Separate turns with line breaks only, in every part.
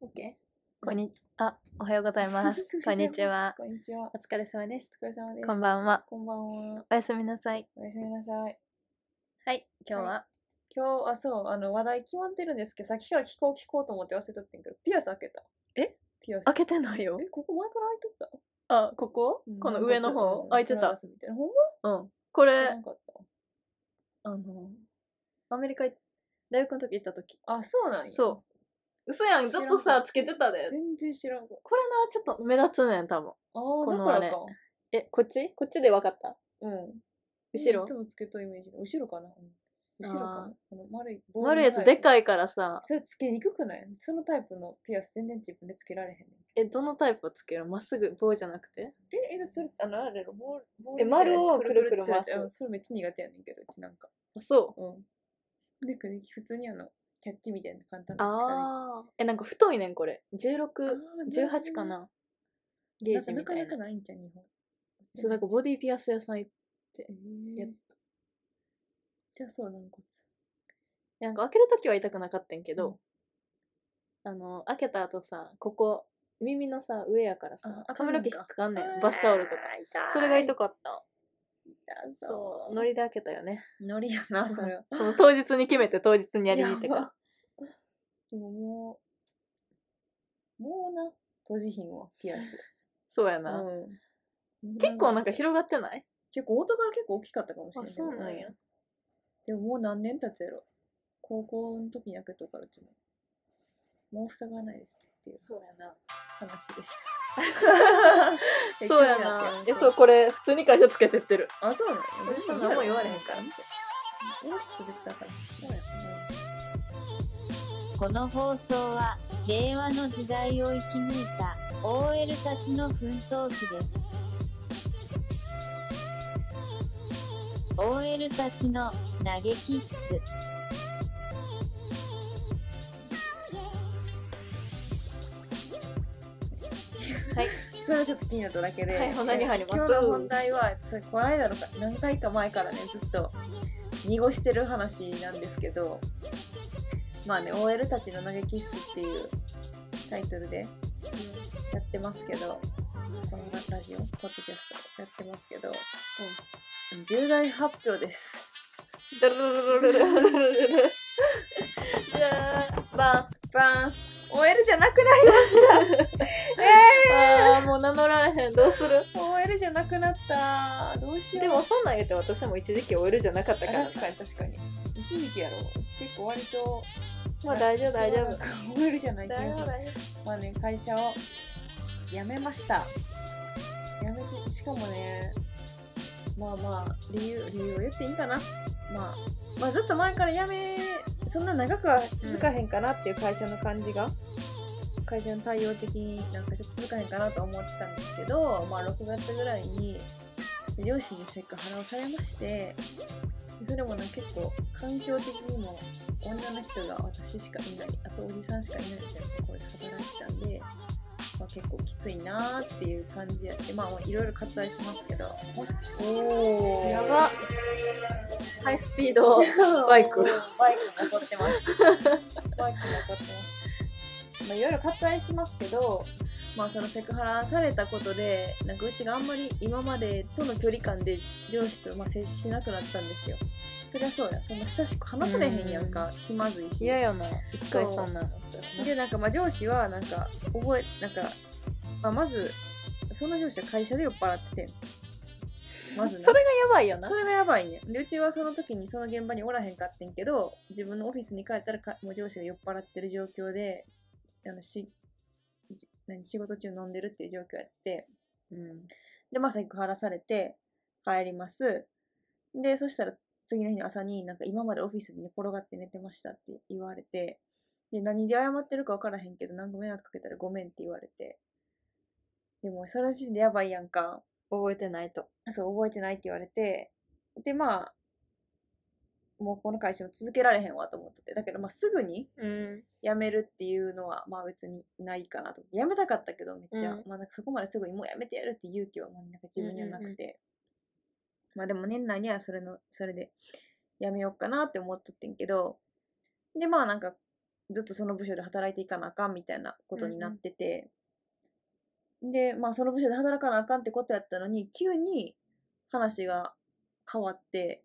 オッケ
こんにあおはようござい
ー。
ますこんにちは
こんにちは
お。疲れ様です
お疲れ様です。
こんばんは
こんばんは。
おやすみなさい
おやすみなさい。
はい今日は、
今日、あ、そう、あの、話題決まってるんですけど、さっきから聞こう聞こうと思って忘れとってんけど、ピアス開けた。
え
ピアス。
開けてないよ
え、ここ前から開いとった
あここ
うん
この上の
なんかちょ
方
うん
開いて
トラバ
た
スみたいなほんま
うんこ
知ら
れ
んかった
あのアメリカ行大学の時行った時
あ、そうなんや。
そう嘘やん
知
ち
らんかっ
ょっと
た
さつけてたで
全然知らんかっ
これなちょっと目立つねん
た。あ
多分
あ、
こ
だ
の
か
あ
ら
れ
か。
えこっちこっちで分かった
うん。
後ろ
いつもつけとるイメージで。後ろかな。うん後ろか
あ
な。この丸い。
丸いやつでっ
い。
かいからさ
それつけにくくないそのタイプのピアス全然自分でつけられへんねん。
えどのタイプをつけるまっすぐ棒じゃなくて
え、え、だってそれ、あの、あれやろ、ボール、ボー
え
ルみたいなやつ。
丸をくるくる回す
つれてうんそれめっちゃ苦手やねんけど、うちなんか。
あそう
うん。で、くね、普通にあの、キャッチみたいな簡単なやつしか
ああえなんか太いねんこれ
でき
1618
ひんあー
か
な
なゲ
ん
ー
か
ジ
な
み
か
たい
な
な
かないんじゃん、日本。
そうなんかボディピアス屋さん行っ
え
や
ー
っ、
じゃあそう、軟骨。
てなんか開ける時は痛くなかったんけ
うん
ど、あの開けた後さここ耳のさ上やから
あ
さ
あ
髪の毛
か
引
か
っかかんねんバスタオルとか
か
それが痛
と
かった
そ。
そううノリで開けたよね
ノリやな、そ れは。
その当日に決めて当日にやりに行ってか
や
ら
ばでももう、もうな、閉じひんわ、ピアス。
そうや
う
な、
ん。
結構なんか広がってない
結構、音から結構大きかったかもしれ
あ
ない。
そうなんや
でももう何年経つやろ。高校の時に開けとくからうちも。もう塞がないですっていう
そうやな
話でし
そうや
興味あ
な
って
えそうこれ普通に会社つけてってる
た。あ、そうなの
別にそんなもん言われへんから
俺ちょっと絶対あかんない。
この放送は令和の時代を生き抜いた OL たちの奮闘記です OL たちの嘆き室
はい
それはちょっと気になっただけで、
はい本題に入ります
今日の本題はそれこの間のか何回か前からねずっと濁してる話なんですけどまあね OL たちの嘆き室っていうタイトルでやってますけどこのラジオポッドキャストやってますけど、重大発表です
ドルルルルルルルルルルじゃあバン
バーン OL じゃなくな
あーもう名乗られへんどうする
った OL じゃなくなったどうしよう
でもそんなん言って私も一時期 OL じゃなかったから
あ確かに確かに一時期やろうち結構割と
まあ大丈夫大丈夫
そうなんか OL じゃない気がす
大
る
丈夫大丈
まあね、会社を辞めました。辞めて、しかもね、まあまあ、理由、理由を言っていいんかな。まあ、まあずっと前から辞め、そんな長くは続かへんかなっていう会社の感じが、会社の対応的になんかちょっと続かへんかなと思ってたんですけど、まあ6月ぐらいに、両親にセクハラをされまして、それもね、結構、環境的にも女の人が私しかいないあとおじさんしかいないみたいなところで働いてたんで、まあ、結構きついなーっていう感じやってまあいろいろ割愛しますけどもしお
夫やばハイスピー ド
バ
バ
イ
イ
ク
ク
バイク残ってます バイク残ってますまあいろいろ割愛しますけどまあそのセクハラされたことでなんかうちがあんまり今までとの距離感で上司とまあ接しなくなったんですよそりゃそうやそんな親しく話されへんやんか気まずいし
嫌よな一回そんなの
でなんかまあ上司はなんか覚えなんか、まあ、まずその上司は会社で酔っ払っててんまずな
それがやばいよな
それがやばいねんでうちはその時にその現場におらへんかってんけど自分のオフィスに帰ったらかもう上司が酔っ払ってる状況であのしじ何仕事中飲んでるっていう状況やって
うん
でまあセクハラされて帰りますでそしたら次の日の朝になんか今までオフィスに寝転がって寝てましたって言われてで何で謝ってるか分からへんけど何か迷惑かけたらごめんって言われてでもそれ時点でやばいやんか
覚えてないと
そう覚えてないって言われてでまあもうこの会社も続けられへんわと思っててだけどまあすぐに
うん
辞めるっていうのはまあ別にないかなと思って辞めたかったけどめっちゃ、
うん
まあなんかそこまですぐにもう辞めてやるっていう勇気はもうなんか自分にはなくて、まあでも年内にはそれのそれで辞めようかなって思っとってんけどでまあなんかずっとその部署で働いていかなあかんみたいなことになってて、で、まあ、その部署で働かなあかんってことやったのに急に話が変わって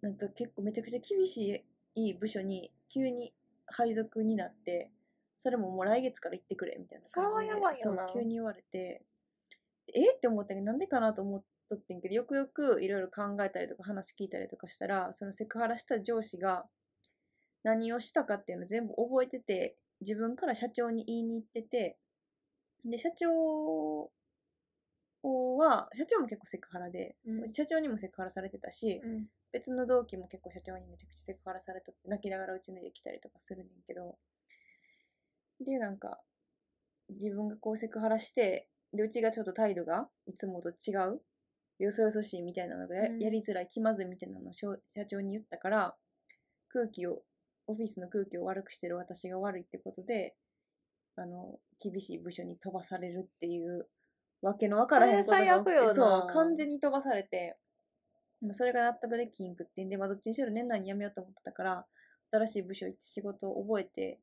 なんか結構めちゃくちゃ厳しい部署に急に配属になってそれももう来月から行ってくれみたいな感じで
それはやばいよな
そう急に言われてえって思ったけどなんでかなと思っとってんけどよくよくいろいろ考えたりとか話聞いたりとかしたらそのセクハラした上司が何をしたかっていうの全部覚えてて自分から社長に言いに行っててで社長は社長も結構セクハラで、
うん
社長にもセクハラされてたし、
うん
別の同期も結構社長にめちゃくちゃセクハラされとって泣きながらうちの家来たりとかするねんけどでなんか自分がこうセクハラしてでうちがちょっと態度がいつもと違うよそよそしいみたいなのがや,、
うん
りづらい気まずいみたいなのをしょ社長に言ったから空気をオフィスの空気を悪くしてる私が悪いってことであの厳しい部署に飛ばされるっていうわけのわからへんことが起き
それ最悪よな
てそう完全に飛ばされてでもそれが納得できひんくってんで、まあ、どっちにしろ年内に辞めようと思ってたから新しい部署行って仕事を覚えて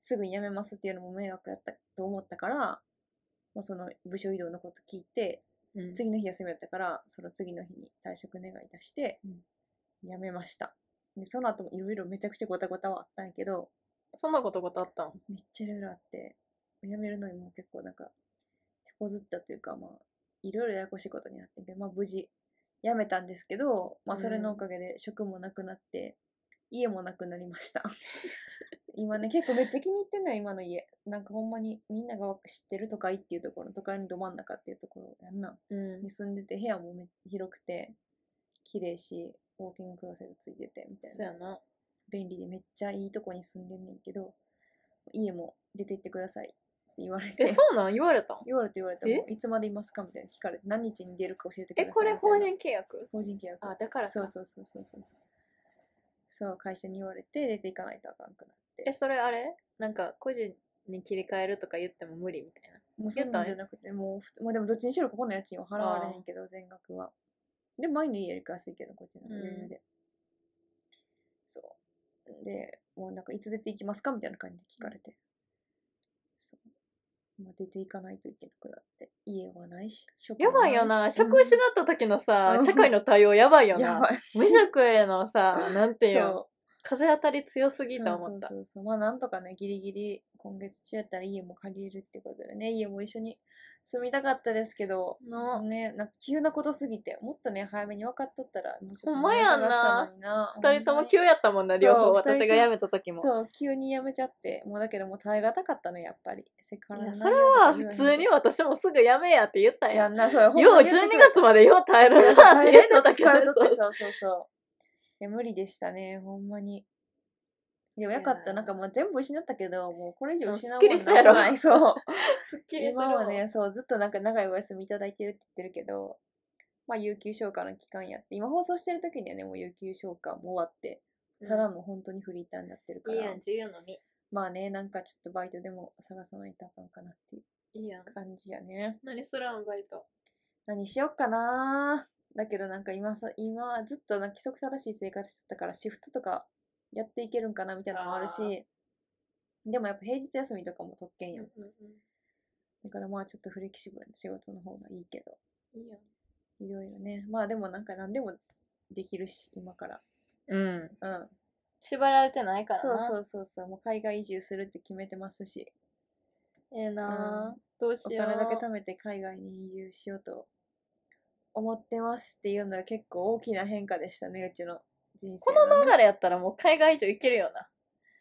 すぐに辞めますっていうのも迷惑やったと思ったから、まあ、その部署移動のこと聞いて
うん
次の日休みだったからその次の日に退職願い出して
うん
辞めましたでその後もいろいろめちゃくちゃごたごたはあったんやけど
そんなことことあったん
めっちゃいろいろあって辞めるのにも結構なんか手こずったというかまあいろいろややこしいことになってんけどまあ無事辞めたんですけど、まあ、それのおかげで職もなくなって、家もなくなりました今ね結構めっちゃ気に入ってんのよ今の家なんかほんまにみんなが知ってる都会っていうところ都会のど真ん中っていうところやんな
うん
に住んでて部屋もめ広くて綺麗しウォーキングクローゼットついててみたい
そう
な
やな
便利でめっちゃいいとこに住んでんねんけど家も出て行ってくださいって言われて
えそうなん言われたん
言われて言われて
え
もういつまでいますかみたいな聞かれて何日に出るか教えてくださ
え
いみたいな
これ法人契約
法人契約
あだからか
そうそうそうそうそうそうそう会社に言われて出ていかないとあかんくなって
えそれあれなんか個人に切り替えるとか言っても無理みたいな
もうそうなんじゃなくてもうふまあでもどっちにしろここの家賃は払われへんけど全額はで前の家よりか安いけどこっちの方が余裕で、そうでもうなんかいつ出て行きますかみたいな感じで聞かれて、そう、まあ、出て行かないといけなくなって家はないし職
や
も
ばいよな
し
職失った時のさ
うん
社会の対応やばい
うん
よ
や
な
ばい
無職へのさなんてい
そう
う風当たり強すぎと思った
そうそうそうそうまあなんとかねギリギリ今月中やったら家も借りれるってことでね家も一緒に住みたかったですけど
の
ねなんか急なことすぎてもっとね早めに分かっとったらもうちょっと
ほんまやんな
長さしたのにな
二人とも急やったもんな
そう
両
二人
方
とも
私が辞めた時
ほんまに
も
そう急に辞めちゃってもうだけどもう耐え難かったねやっぱりセクハ
い
ラ
や
の
そ
内
れ
容と
は
か言わ
普
へん
通に私もすぐ辞めやって言った
いや
やん
んなそうよ
よう12月までよう耐えるなっ
耐
て
えれ
言
んの
って
って
た
聞
け
かれと
ど
っ
そう
てそうそうそういや無理でしたねほんまにでもよかっ
い
た
やー
なんかもう全部失ったけどもうこれ以上失うも
でもすっきりしたやろ
んなんもないそう
すっきりする
今
わ
はねそうずっとなんか長いお休みいただいてるって言ってるけどまあ有給消化の期間やって今放送してる時にはねもう有給消化も終わってただの本当にフリーターになってるか
いい
ら、
やん自由の身
まあねなんかちょっとバイトでも探さないとあかんかなっていう
いいやん
感じやね
何するんバイト
何しよっかなだけどなんか今さ今ずっとなんか規則正しい生活してたからシフトとかやっていけるんかなみたいなのもある
あー
しでもやっぱ平日休みとかも特権
い
やん、だからまあちょっとフレキシブルな仕事の方がいいけど
いやん
いろいろね。まあでもなんか何でもできるし、今から。
うん
うん。
縛られてないから
そう
な
そうそうそう。もう海外移住するって決めてますし、
ええなあどう
お
しよう
金だけ貯めて海外に移住しようと思ってますっていうのは結構大きな変化でしたね、うちの人生のね、
流れやったらもう海外以上行けるよな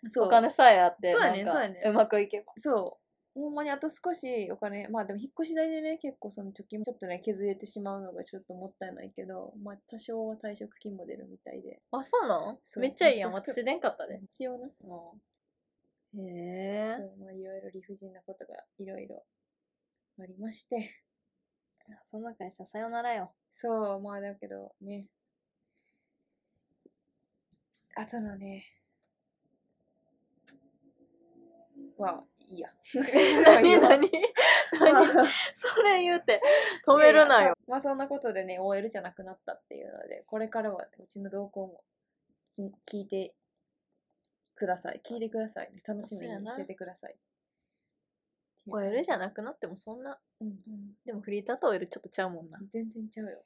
そう
お金さえあって
そう
な
や
ん
ね
か
そうやね
うまくいけば
そう。ほんまにあと少しお金、まあでも引っ越し代でね、結構その貯金もちょっとね、削れてしまうのがちょっともったいないけど、まあ多少は退職金も出るみたいで。
あそうなん
そう
めっちゃいいやん
めっちゃ少
私出んかったで
一応な。
へえ
そう、まあ、いろいろ理不尽なことがいろいろありまして。
そんな会社さよならよ
そう、まあだけどね。あとのね。は、いいや。
何 何
まあ
何それ言うて止めるな。
いやいや
よ
まあそんなことでね、OL じゃなくなったっていうので、これからはうちの動向もき聞いてください。聞いてください。楽しみ
そうや
に
な
しててください。
OL じゃなくなってもそんな。
うん
でもフリーターと OL ちょっとちゃうもんな
う。ん。全然ちゃうよ。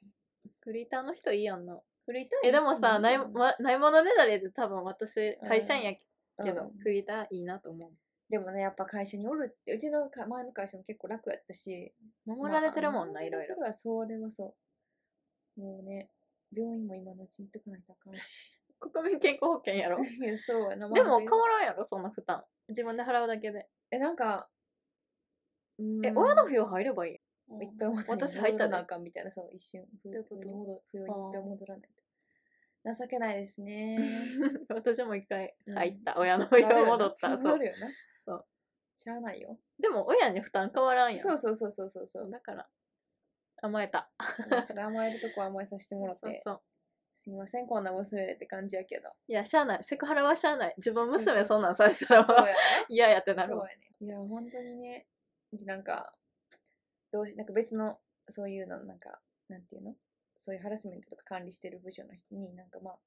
フリーターの人いいや んな。
振りたい
え、でもさ、ない、
うん
ま、ないものねだりで多分私、会社員やけ
う
ど
ん、
フリーターいいなと思う。
でもね、やっぱ会社におるって、うちのか前の会社も結構楽やったし、
守られてるもん
ま
な、
あ
いろいろ。
守られてるわそう、でもそう。もうね、病院も今のうちに行っとかないとあかん し。
国民健康保険や ろ。
いやそうやな。まあ
でも
なん
変
か
わらんやろ、そんな負担。自分で払うだけで。
え、なんか、
え、
え
親の扶養入ればいいやん。
一回戻ら
私入った
戻らな
で
あ。かんみたいな、そう、一瞬。不
どういうこと
不要に戻不要に
あー
一回戻らないと。情けないです ね。
私も一回
うん
入った。親の扶養戻った。そ
な
う
る。よな。
そう。
しゃあないよ。
でも親に負担変わらんやん。
そうそうそうそうそうそう。
だから、甘えた。
そうちょっと甘えるとこ甘えさせてもらっ
そう
て。
そう。
すいません、こんな娘でって感じやけど。
いや、しゃあない。セクハラはしゃあない。自分
そうそう
娘
そう
そんなんされたら
そう
もう
や
嫌やって
な。
な
そ
る
う
わ。
やね。いや、本当にね、なんか、どうし、なんか別の、そういうの、なんか、なんていうのそういうハラスメントとか管理してる部署の人に、なんかまあ、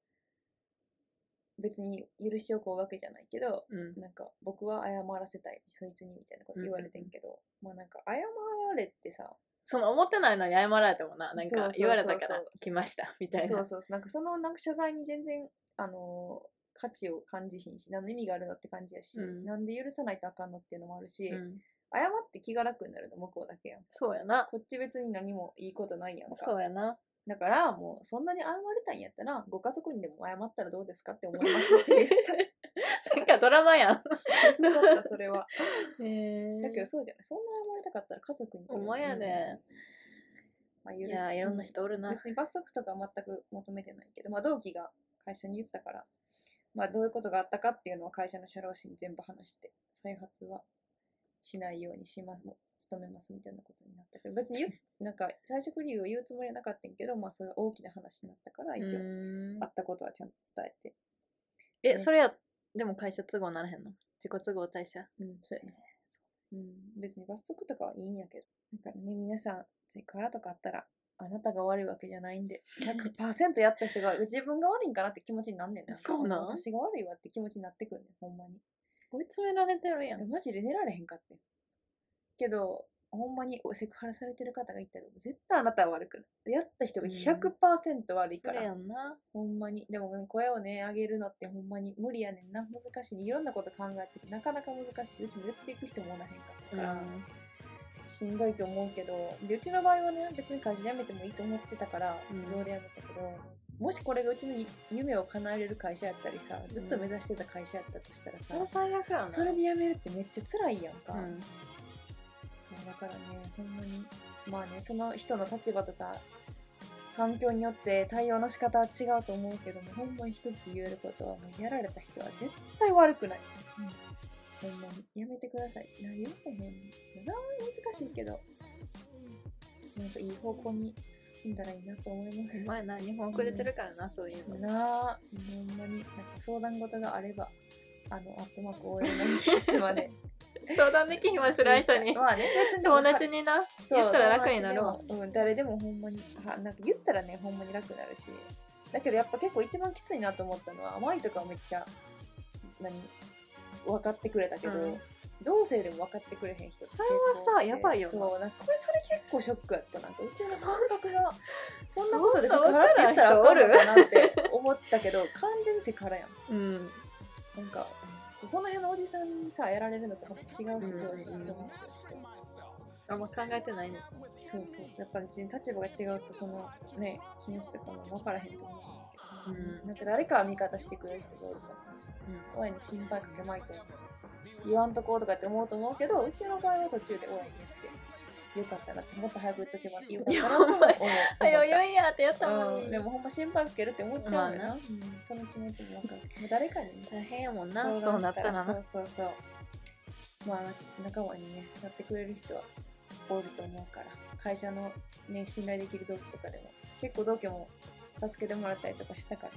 別に許しをこうわけじゃないけど、
うん。
なんか僕は謝らせたい、そいつにみたいなこと言われてんけど、まあなんか謝られてさ、
その思ってないのに謝られてもな、なん
そうそうそう
か
そう
言われたから来ました、みたいな。
そうそうそう、なんかそのなんか謝罪に全然、あのー価値を感じひんし、何の意味があるのって感じやし、
うん
なんで許さないとあかんのっていうのもあるし、
うん
謝って気が楽になるの向こうだけやん。
そうやな。
こっち別に何もいいことないやん
そう
か。
やな。
だからもうそんなに謝りたいんやったら、ご家族にでも謝ったらどうですかって思いますって 言った。
なんかドラ マやん。
ちょっとそれは。だけ
へ
どそうじゃない。そんな謝りたかったら家族に。
ほんまやね。
まあ、
い
許す
や、いろんな人おるな。
別に罰則とかは全く求めてないけど、まあ、同期が会社に言ってたから、まあ、どういうことがあったかっていうのを会社の社労士に全部話して、再発はしないようにします、もう努めますみたいなことになったけど、別に言 うなんか退職理由を言うつもりはなかったんやけど、まあ、それが大きな話になったから、一
う
応、
ーん
あったことはちゃんと伝えて。
え、それや、でも会社都合ならへんの自己都合退社。
うん、そうやね。うん、別に罰則とかはいいんやけど。だからね、皆さん、セクハラとかあったら、あなたが悪いわけじゃないんで、100%やった人が自分が悪いんかなって気持ちになんねんな。
そうなん
私が悪いわって気持ちになってくんねん、ほんまに。
追い詰められてるやん。
マジで寝られへんかってん。けど、ほんまにセクハラされてる方がいたら、絶対あなたは悪くない。やった人が100%悪い
そ
か
れ
ら、
やんな。
ほんまに。でも、声をね、上げるのってほんまに無理やねんな。難しい。いろんなこと考えてて、なかなか難しい。うちも言っていく人もおらへんかった
う
から。
ん。
しんどいと思うけどでうちの場合はね別に会社辞めてもいいと思ってたから
うん
無料で辞めたけど、もしこれがうちの夢を叶えれる会社やったりさずっと目指してた会社やったとしたらさ
そ、れ最悪やな。
それで辞めるってめっちゃ辛いやんか、
うん。
そうだからねほんまにまあねその人の立場とか環境によって対応の仕方は違うと思うけどもほんまに一つ言えることはもうやられた人は絶対悪くない、ほんまにやめてください何言うてへんな難しいけどなんかいい方向に進んだらいいなと思いま
お
す
前な、日本遅れてるからな、そういうの。
なあほんまになんか相談事があればあのアットマーク OL の必須ま で
相談できひましらい人に。
まあね別にでも
友達にな。
そう
言ったら楽になるわ
友達でもうん、誰でもほんまにはなんか言ったらねほんまに楽になるしだけどやっぱ結構一番きついなと思ったのは甘いとかをめっちゃ何分かってくれたけど、
うん
同性でも分かってくれへん人そ
れはさやばいよな
そうなんかこれそれ結構ショックやったなんかうちの感覚がそんなことでセ
そ
ク
んな
ハラって言ったらあかんの
分か
かなって思ったけど完全にセクハラやん
うん。
なんかそうその辺のおじさんにさやられるのとまた違うし
うん
上司いつもの上司と。
あんま考えてないね。
そうそうそうやっぱうちに立場が違うとそのね気持ちとかも分からへんと思うんだけど、
うん
なんか誰かは味方してくれる人がいると思うし親に心配かけまいと言わんとこうとかって思うと思うけどうちの場合は途中で親に言ってよかったなってもっと早く言っとけばよかったなと思う
はよ
よ
よいやってやったの
うん、
に
で。もほんま心配かけるって思っちゃうよな、
まあな
うんその気持ちも分かるもう誰かにね
大変やもんな、そうなったらな。
そうそうそうまあ仲間にねなってくれる人はおると思うから会社のね信頼できる同期とかでも結構同期も助けてもらったりとかしたから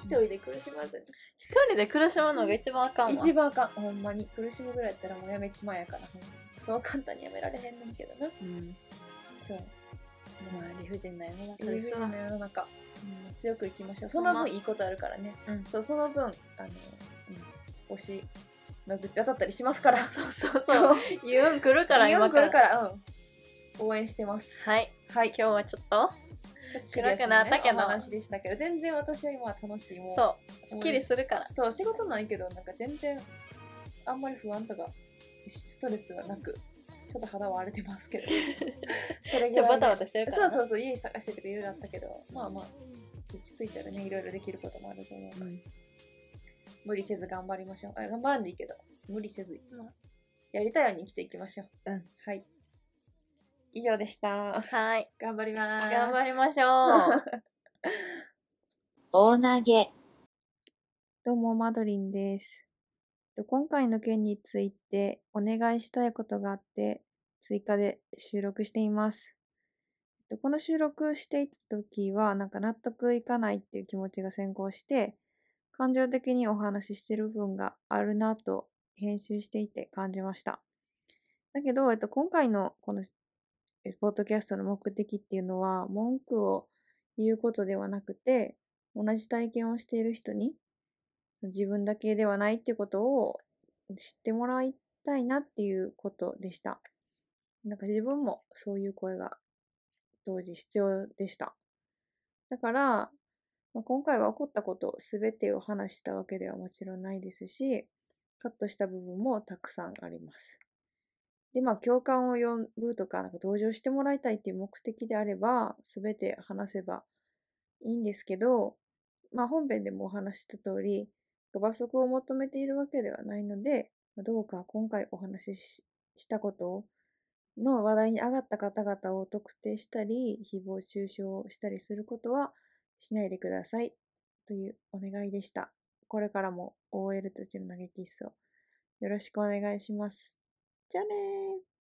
一人で苦しまずに
一人で苦しむのが一番あかんわ。
一番あかんほんまに苦しむぐらいやったらもうやめちまえやからほんまにそう簡単にやめられへんねんけどな
うん。
そう
まあ理不尽な世の中
そうい
で
う
す
ふう
わ
な。世の中、うん強くいきましょうその
ほん
分
ま
いいことあるからね、
うん
そうその分あの、うん推しのグッズ当たったりしますから
そうそ うそう。ユン来るから、
日
今
本
か
来
ら。
るから、うん、応援してます
はい。
はい
今日はちょっと、
シリアス
暗くなったけど
お話でしたけど全然私は今は楽しいもう
そう、すっきりするから。
そう仕事ないけどなんか全然あんまり不安とかストレスはなくちょっと肌は荒れてます けどそれぐ
ちょ、
らい
バ
で
タバタしてるか
そ
ら
う
な。
そうそう家探してとかいろいろあったけどまあまあ落ち着いたらねいろいろできることもあると思うから、
うん
無理せず頑張りましょうあ頑張らんでいいけど無理せず、やりたいように生きていきましょう、
うん
はい以上でした
はい。
頑張ります
頑張りましょう。
大投げ。
どうも、マドリンです。と今回の件についてお願いしたいことがあって、追加で収録しています。とこの収録していた時は、なんか納得いかないっていう気持ちが先行して、感情的にお話ししてる部分があるなと編集していて感じました。だけど、えっと、今回のこのえポッドキャストの目的っていうのは、文句を言うことではなくて、同じ体験をしている人に自分だけではないっていうことを知ってもらいたいなっていうことでした。なんか自分もそういう声が当時必要でした。だから、まあ、今回は起こったこと全てを話したわけではもちろんないですし、カットした部分もたくさんあります。で、まあ共感を呼ぶとか、なんか同情してもらいたいっていう目的であれば、全て話せばいいんですけど、まあ本編でもお話しした通り、罰則を求めているわけではないので、どうか今回お話しししたことの話題に上がった方々を特定したり、誹謗中傷をしたりすることはしないでくださいというお願いでした。これからも OL たちの投げキッスをよろしくお願いします。じゃあねー。